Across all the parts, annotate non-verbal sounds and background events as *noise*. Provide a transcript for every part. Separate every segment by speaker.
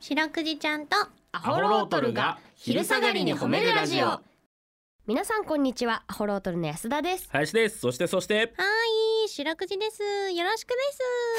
Speaker 1: 白くじちゃんと
Speaker 2: ア
Speaker 3: ホロートルが昼下がりに褒めるラジオ
Speaker 2: 皆さんこんにちはアホロートルの安田です
Speaker 3: 林ですそしてそして
Speaker 1: はい白くじですよろしくで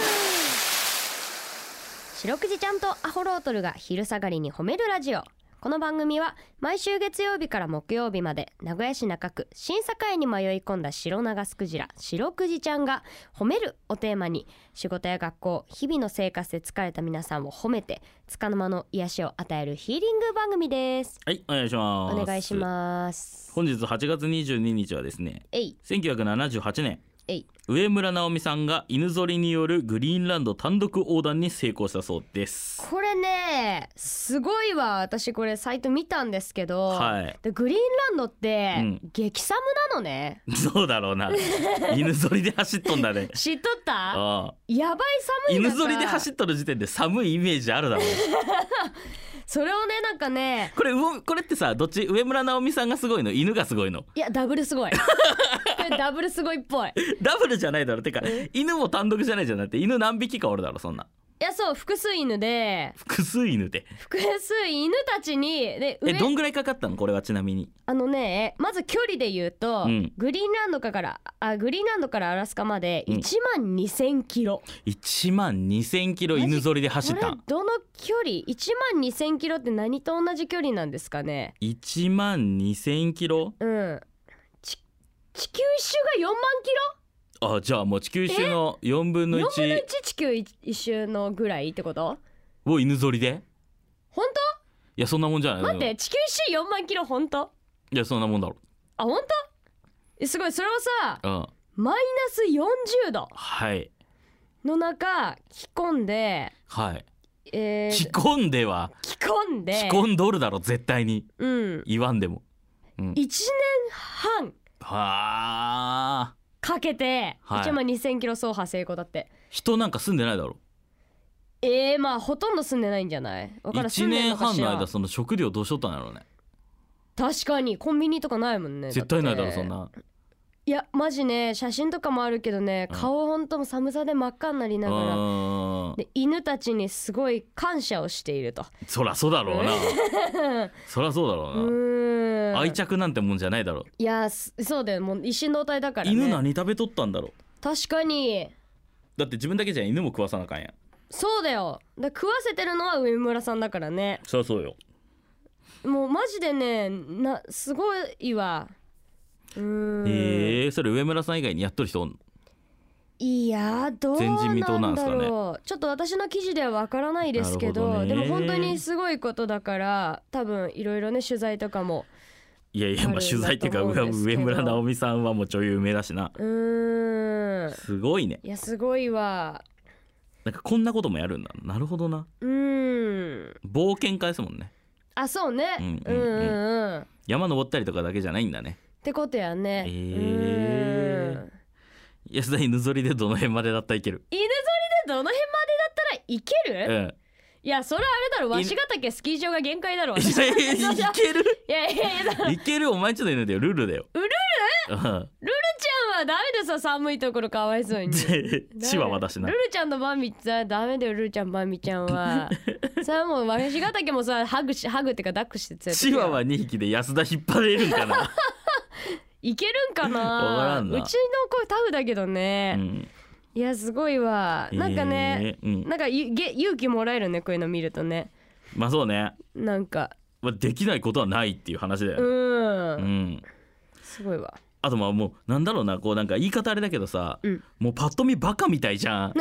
Speaker 1: す
Speaker 2: 白くじちゃんとアホロートルが昼下がりに褒めるラジオこの番組は毎週月曜日から木曜日まで名古屋市中区審査会に迷い込んだ白長スクジラ白くじちゃんが褒めるをテーマに仕事や学校日々の生活で疲れた皆さんを褒めて束の間の癒しを与えるヒーリング番組です
Speaker 3: はいお願いしま
Speaker 2: お
Speaker 3: す
Speaker 2: 願いします
Speaker 3: 本日8月22日はですね
Speaker 2: えい
Speaker 3: 1978年
Speaker 2: えい
Speaker 3: 上村直美さんが犬ぞりによるグリーンランド単独横断に成功したそうです
Speaker 2: これねすごいわ私これサイト見たんですけど、
Speaker 3: はい
Speaker 2: でグリーンランドって、
Speaker 3: うん
Speaker 2: 激寒なのね
Speaker 3: そうだろうな犬ぞりで走っとん
Speaker 2: *laughs*
Speaker 3: だね
Speaker 2: 知っとった
Speaker 3: ああ
Speaker 2: やばい寒い中
Speaker 3: 犬ぞりで走っとる時点で寒いイメージあるだろう
Speaker 2: それをねなんかね
Speaker 3: これうおこれってさどっち上村直美さんがすごいの犬がすごいの
Speaker 2: いやダブルす
Speaker 3: *laughs*
Speaker 2: ごいこれダブルすごいっぽいい
Speaker 3: ダブルじゃないだろてか犬も単独じゃないじゃなくて犬何匹かおるだろそんな
Speaker 2: やそう複数犬で
Speaker 3: 複数犬で
Speaker 2: 複数犬たちにで
Speaker 3: え
Speaker 2: 上
Speaker 3: どんぐらいかかったのこれはちなみに
Speaker 2: あのねまず距離で言うと、
Speaker 3: うん
Speaker 2: グリーンランドからあグリーンランドからアラスカまで
Speaker 3: うん
Speaker 2: 1万2,000キロ、
Speaker 3: 1万2,000キロ
Speaker 2: マジ
Speaker 3: 犬ぞりで走
Speaker 2: こ
Speaker 3: っ
Speaker 2: れ
Speaker 3: た
Speaker 2: どの距離1万2,000キロって何と同じ距離なんですかね
Speaker 3: 1万2,000キロ
Speaker 2: うんち地球一周が4万キ
Speaker 3: あじゃあもう地球一周の4分の
Speaker 2: ロ4分の1
Speaker 3: 1
Speaker 2: 地球一周のぐらいってこと
Speaker 3: を犬ぞりで
Speaker 2: 本
Speaker 3: いやそんなもんじゃない
Speaker 2: 当待って地球一周4万キロ本当
Speaker 3: いやそんなもんだろ
Speaker 2: あ本当えすごいそれをさ
Speaker 3: うん
Speaker 2: マイナス40度
Speaker 3: はい
Speaker 2: の中着込んで
Speaker 3: はい
Speaker 2: えー、
Speaker 3: 着込んでは
Speaker 2: 着込ん
Speaker 3: 着
Speaker 2: で
Speaker 3: 込んどるだろ絶対に
Speaker 2: うん
Speaker 3: 言わんでもうん
Speaker 2: 1年半
Speaker 3: はあ
Speaker 2: かけて
Speaker 3: はい
Speaker 2: 1万2,000キロ走破成功だって、
Speaker 3: 人なんか住んでないだろ
Speaker 2: えー、まあほとんど住んでないんじゃないわからん住
Speaker 3: 1
Speaker 2: んでん
Speaker 3: 年
Speaker 2: か
Speaker 3: 半
Speaker 2: しら
Speaker 3: の間その食料どうしとったんだろうね
Speaker 2: 確かにコンビニとかないもんね
Speaker 3: 絶対ないだろそん
Speaker 2: って
Speaker 3: ない
Speaker 2: やマジね写真とかもあるけどね、
Speaker 3: うん
Speaker 2: 顔ほんとも寒さで真っ赤になり
Speaker 3: う
Speaker 2: ながら
Speaker 3: ーん
Speaker 2: で犬たちにすごい感謝をしていると
Speaker 3: そらそうだろうなそらそうだ
Speaker 2: う
Speaker 3: ろう
Speaker 2: ーん
Speaker 3: な愛着なんてもんじゃないだろ
Speaker 2: いやすそうだよもう一心同体だからね
Speaker 3: 犬何食べとったんだろう
Speaker 2: 確かに
Speaker 3: だって自分だけじゃ犬も食わさなあかんやん
Speaker 2: そうだよだ食わせてるのは上村さんだからね
Speaker 3: そりゃそうよ
Speaker 2: もうマジでねなすごいわうーん
Speaker 3: えー、それ上村さん以外にやっとる人おんの
Speaker 2: いやーどう
Speaker 3: 前人未
Speaker 2: な
Speaker 3: 到なんんす
Speaker 2: だ
Speaker 3: かね
Speaker 2: ろう、ちょっと私の記事ではわからないですけど
Speaker 3: なるほどね
Speaker 2: でも本当にすごいことだから多分いろいろね取材とかも
Speaker 3: いやいやま
Speaker 2: ある
Speaker 3: あ
Speaker 2: んだ
Speaker 3: 取材っていうか
Speaker 2: と思うんですけ
Speaker 3: 上
Speaker 2: ど
Speaker 3: 村直美さんはもう女優名だしな
Speaker 2: うーん
Speaker 3: すごいね
Speaker 2: いやすごいわ
Speaker 3: なんかこんなこともやるんだなるほどな
Speaker 2: うーん
Speaker 3: 冒険家ですもんね
Speaker 2: あそうね
Speaker 3: うん
Speaker 2: う
Speaker 3: うんん
Speaker 2: う
Speaker 3: うんん
Speaker 2: うんっ
Speaker 3: 山登ったりとかだけじゃないんだね
Speaker 2: てことやね、
Speaker 3: えー
Speaker 2: うーん
Speaker 3: 安田犬ぞりでどの辺までだったらいける
Speaker 2: 犬ぞりでどの辺までだったらいけ
Speaker 3: う
Speaker 2: る
Speaker 3: ん
Speaker 2: いやそれはあれだろわしがたけスキー場が限界だろ *laughs*
Speaker 3: *laughs* い
Speaker 2: い
Speaker 3: やいやいける
Speaker 2: やいやいや
Speaker 3: *laughs* いけるお前んちの犬だよルールだよルール
Speaker 2: ルちゃんはダメですよ寒いところかわい
Speaker 3: *laughs*
Speaker 2: そうに
Speaker 3: うんチワワだしな
Speaker 2: ルルちゃんとバミさダメだよルルちゃんバミちゃん
Speaker 3: *laughs*
Speaker 2: はそれはもうわしがたけもさハグしハグってか抱っこして連れてく
Speaker 3: チ
Speaker 2: よ
Speaker 3: ワワ2匹で安田引っ張れるん
Speaker 2: *laughs*
Speaker 3: かな、
Speaker 2: いけるんかな
Speaker 3: わからんな
Speaker 2: うちの子タフだけど
Speaker 3: う
Speaker 2: ね、
Speaker 3: ん、
Speaker 2: いやすごいわなんかね、、
Speaker 3: えーうん、
Speaker 2: なんかゆげ勇気もらえるねこういうの見るとね
Speaker 3: まあそうね、
Speaker 2: なんか
Speaker 3: まあ、できないことはないっていう話だ
Speaker 2: う
Speaker 3: よね、
Speaker 2: ん、
Speaker 3: うん、
Speaker 2: すごいわ
Speaker 3: あとまあもうなんだろうなこうなんか言い方あれだけどさ、
Speaker 2: うん
Speaker 3: もうパッと見バカみたいじゃん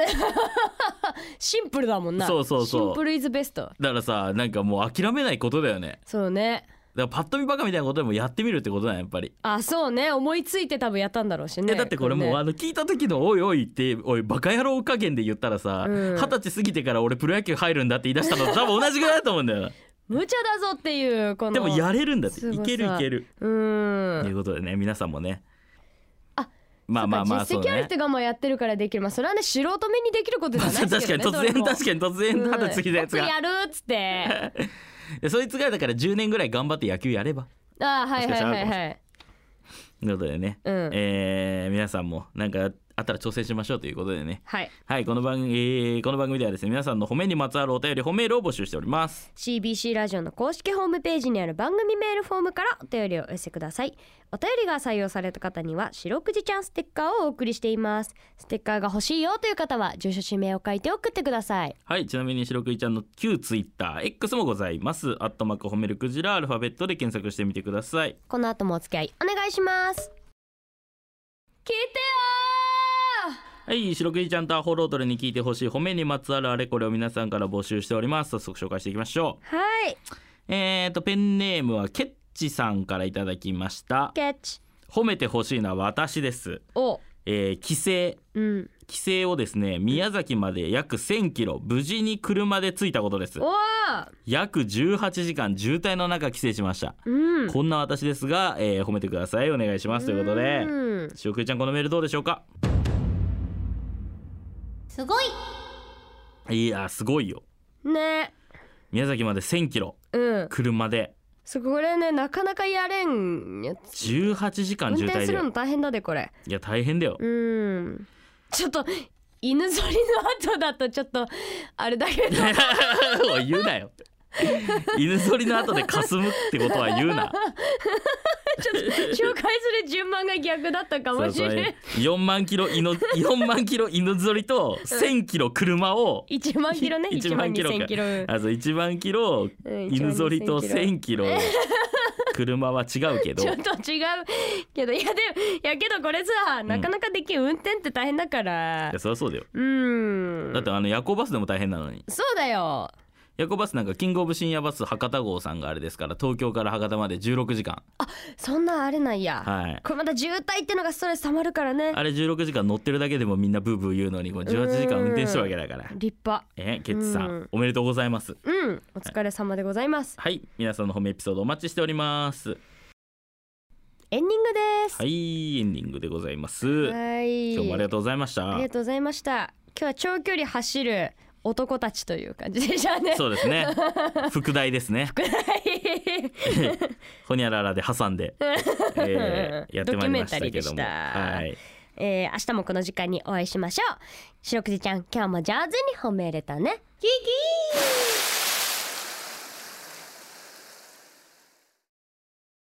Speaker 2: シンプルだもんな
Speaker 3: そうそうそう
Speaker 2: シンプルイズベスト
Speaker 3: だからさなんかもう諦めないことだよね
Speaker 2: そうね
Speaker 3: だからパッと見バカみたいなことでもやってみるってことだよやっぱり、
Speaker 2: あそうね思いついて多分やったんだろうしね
Speaker 3: えだってこれもう、あの聞いた時の「おいおい」って「おいバカ野郎加減」で言ったらさ
Speaker 2: う
Speaker 3: 二
Speaker 2: ん
Speaker 3: 十、歳過ぎてから俺プロ野球入るんだって言い出し
Speaker 2: *laughs*
Speaker 3: たのと多分同じぐらいだと思うんだよな
Speaker 2: 無茶だぞっていうこの
Speaker 3: でもやれるんだって
Speaker 2: すご
Speaker 3: い
Speaker 2: さ
Speaker 3: けるいける
Speaker 2: う
Speaker 3: とい
Speaker 2: ん
Speaker 3: うことでね皆さんもね
Speaker 2: あ
Speaker 3: まあまあまあ
Speaker 2: そ
Speaker 3: そうう
Speaker 2: か実績ある
Speaker 3: ね
Speaker 2: 人がもうやってるからできるまあそれはね素人目にできることじゃない
Speaker 3: *laughs* 確
Speaker 2: で
Speaker 3: か
Speaker 2: すけ
Speaker 3: に
Speaker 2: どね
Speaker 3: 突然 *laughs* 確かに突然
Speaker 2: うん
Speaker 3: 二十歳過ぎたやつ
Speaker 2: 僕
Speaker 3: が
Speaker 2: やるっつって
Speaker 3: *laughs* でそいつがだから10年ぐらい頑張って野球やれば
Speaker 2: あはいはいはい
Speaker 3: もしかしたらあるか
Speaker 2: はい
Speaker 3: もしということでね
Speaker 2: うん
Speaker 3: えー皆さんもなんかあったら挑戦しましょうということでね
Speaker 2: はい
Speaker 3: はいこの番組、えーこの番組ではですね皆さんの褒めにまつわるお便り褒めールを募集しております
Speaker 2: CBC ラジオの公式ホームページにある番組メールフォームからお便りをお寄せくださいお便りが採用された方には「白くじちゃんステッカー」をお送りしていますステッカーが欲しいよという方は住所氏名を書いて送ってください
Speaker 3: はいちなみに白くいちゃんの旧ツイッター X もございますアットマーク褒めるクジラアルファベットで検索してみてください
Speaker 2: この後もお付き合いお願いします聞いてよ
Speaker 3: はい白くいちゃんとアホロートルに聞いてほしい褒めにまつわるあれこれを皆さんから募集しております早速紹介していきましょ
Speaker 2: ーはいう
Speaker 3: えーとペンネームはケッチさんからいただきました
Speaker 2: キャッチ
Speaker 3: 褒めてほしいのは私です
Speaker 2: お
Speaker 3: えー帰省
Speaker 2: うん
Speaker 3: 帰省をですね宮崎まで約1000キロ無事に車で着いたことです
Speaker 2: おー
Speaker 3: 約18時間渋滞の中帰省しました
Speaker 2: うん
Speaker 3: こんな私ですが、えー褒めてくださいお願いしますということで
Speaker 2: うん
Speaker 3: しおくいちゃんこのメールどうでしょうか
Speaker 1: すごい
Speaker 3: いやーすごいよ
Speaker 2: ね
Speaker 3: 宮崎まで1000キロ
Speaker 2: うん
Speaker 3: 車です
Speaker 2: ごいねなかなかやれんやつ
Speaker 3: 18時間
Speaker 2: 運
Speaker 3: 渋
Speaker 2: 転
Speaker 3: 滞
Speaker 2: す
Speaker 3: で
Speaker 2: るの大変だでこれ
Speaker 3: いや大変だよ
Speaker 2: うんちょっと犬ぞりの後だとちょっとあれだけ
Speaker 3: *laughs*
Speaker 2: ど
Speaker 3: おい言うなよ犬ぞりの後で霞むってことは言う
Speaker 2: *laughs*
Speaker 3: な
Speaker 2: 紹介する順番が逆だったかもしれない
Speaker 3: 4万キロ犬4万キロ犬ぞりと1000キロ車を
Speaker 2: 1万キロ
Speaker 3: *laughs*
Speaker 2: ね1
Speaker 3: 1
Speaker 2: 万
Speaker 3: 万キロか
Speaker 2: 2000キロ
Speaker 3: あそう1万キロ
Speaker 2: うん
Speaker 3: 犬ぞりと
Speaker 2: 1万
Speaker 3: 1000キロ車は違うけ
Speaker 2: *laughs*
Speaker 3: ど
Speaker 2: ちょっと違うけどいやでもいやけどこれさなかなかできん運転って大変だから
Speaker 3: いやそりゃそうだよ
Speaker 2: うん
Speaker 3: だってあの夜行バスでも大変なのに
Speaker 2: そうだよ
Speaker 3: 夜行バスなんかキングオブ深夜バス博多号さんがあれですから東京から博多まで16時間
Speaker 2: そんなんあれなんや、
Speaker 3: はい
Speaker 2: これまた渋滞ってのがストレス溜まるからね
Speaker 3: あれ16時間乗ってるだけでもみんなブーブー言うのにこう18時間運転してるわけだから
Speaker 2: 立派
Speaker 3: えケツさ
Speaker 2: うん
Speaker 3: おめでとうございます
Speaker 2: うんお疲れ様でございます、
Speaker 3: はい皆さんの褒めエピソードお待ちしております
Speaker 2: エンディングです
Speaker 3: はいエンディングでございます
Speaker 2: はい
Speaker 3: 今日もありがとうございまし
Speaker 2: あ
Speaker 3: た
Speaker 2: りがとうございました今日は長距離走る男たちという感じでしたね
Speaker 3: そ
Speaker 2: *laughs*
Speaker 3: うですね副題ですね *laughs* ほにゃららで挟んで、えーやってまい
Speaker 2: ドキ
Speaker 3: りましたけ
Speaker 2: ュメンタリーでし
Speaker 3: ども
Speaker 2: た
Speaker 3: はい
Speaker 2: *laughs* えー、明日もこの時間にお会いしましょう白くじちゃん今日も上手に褒めれたねキキー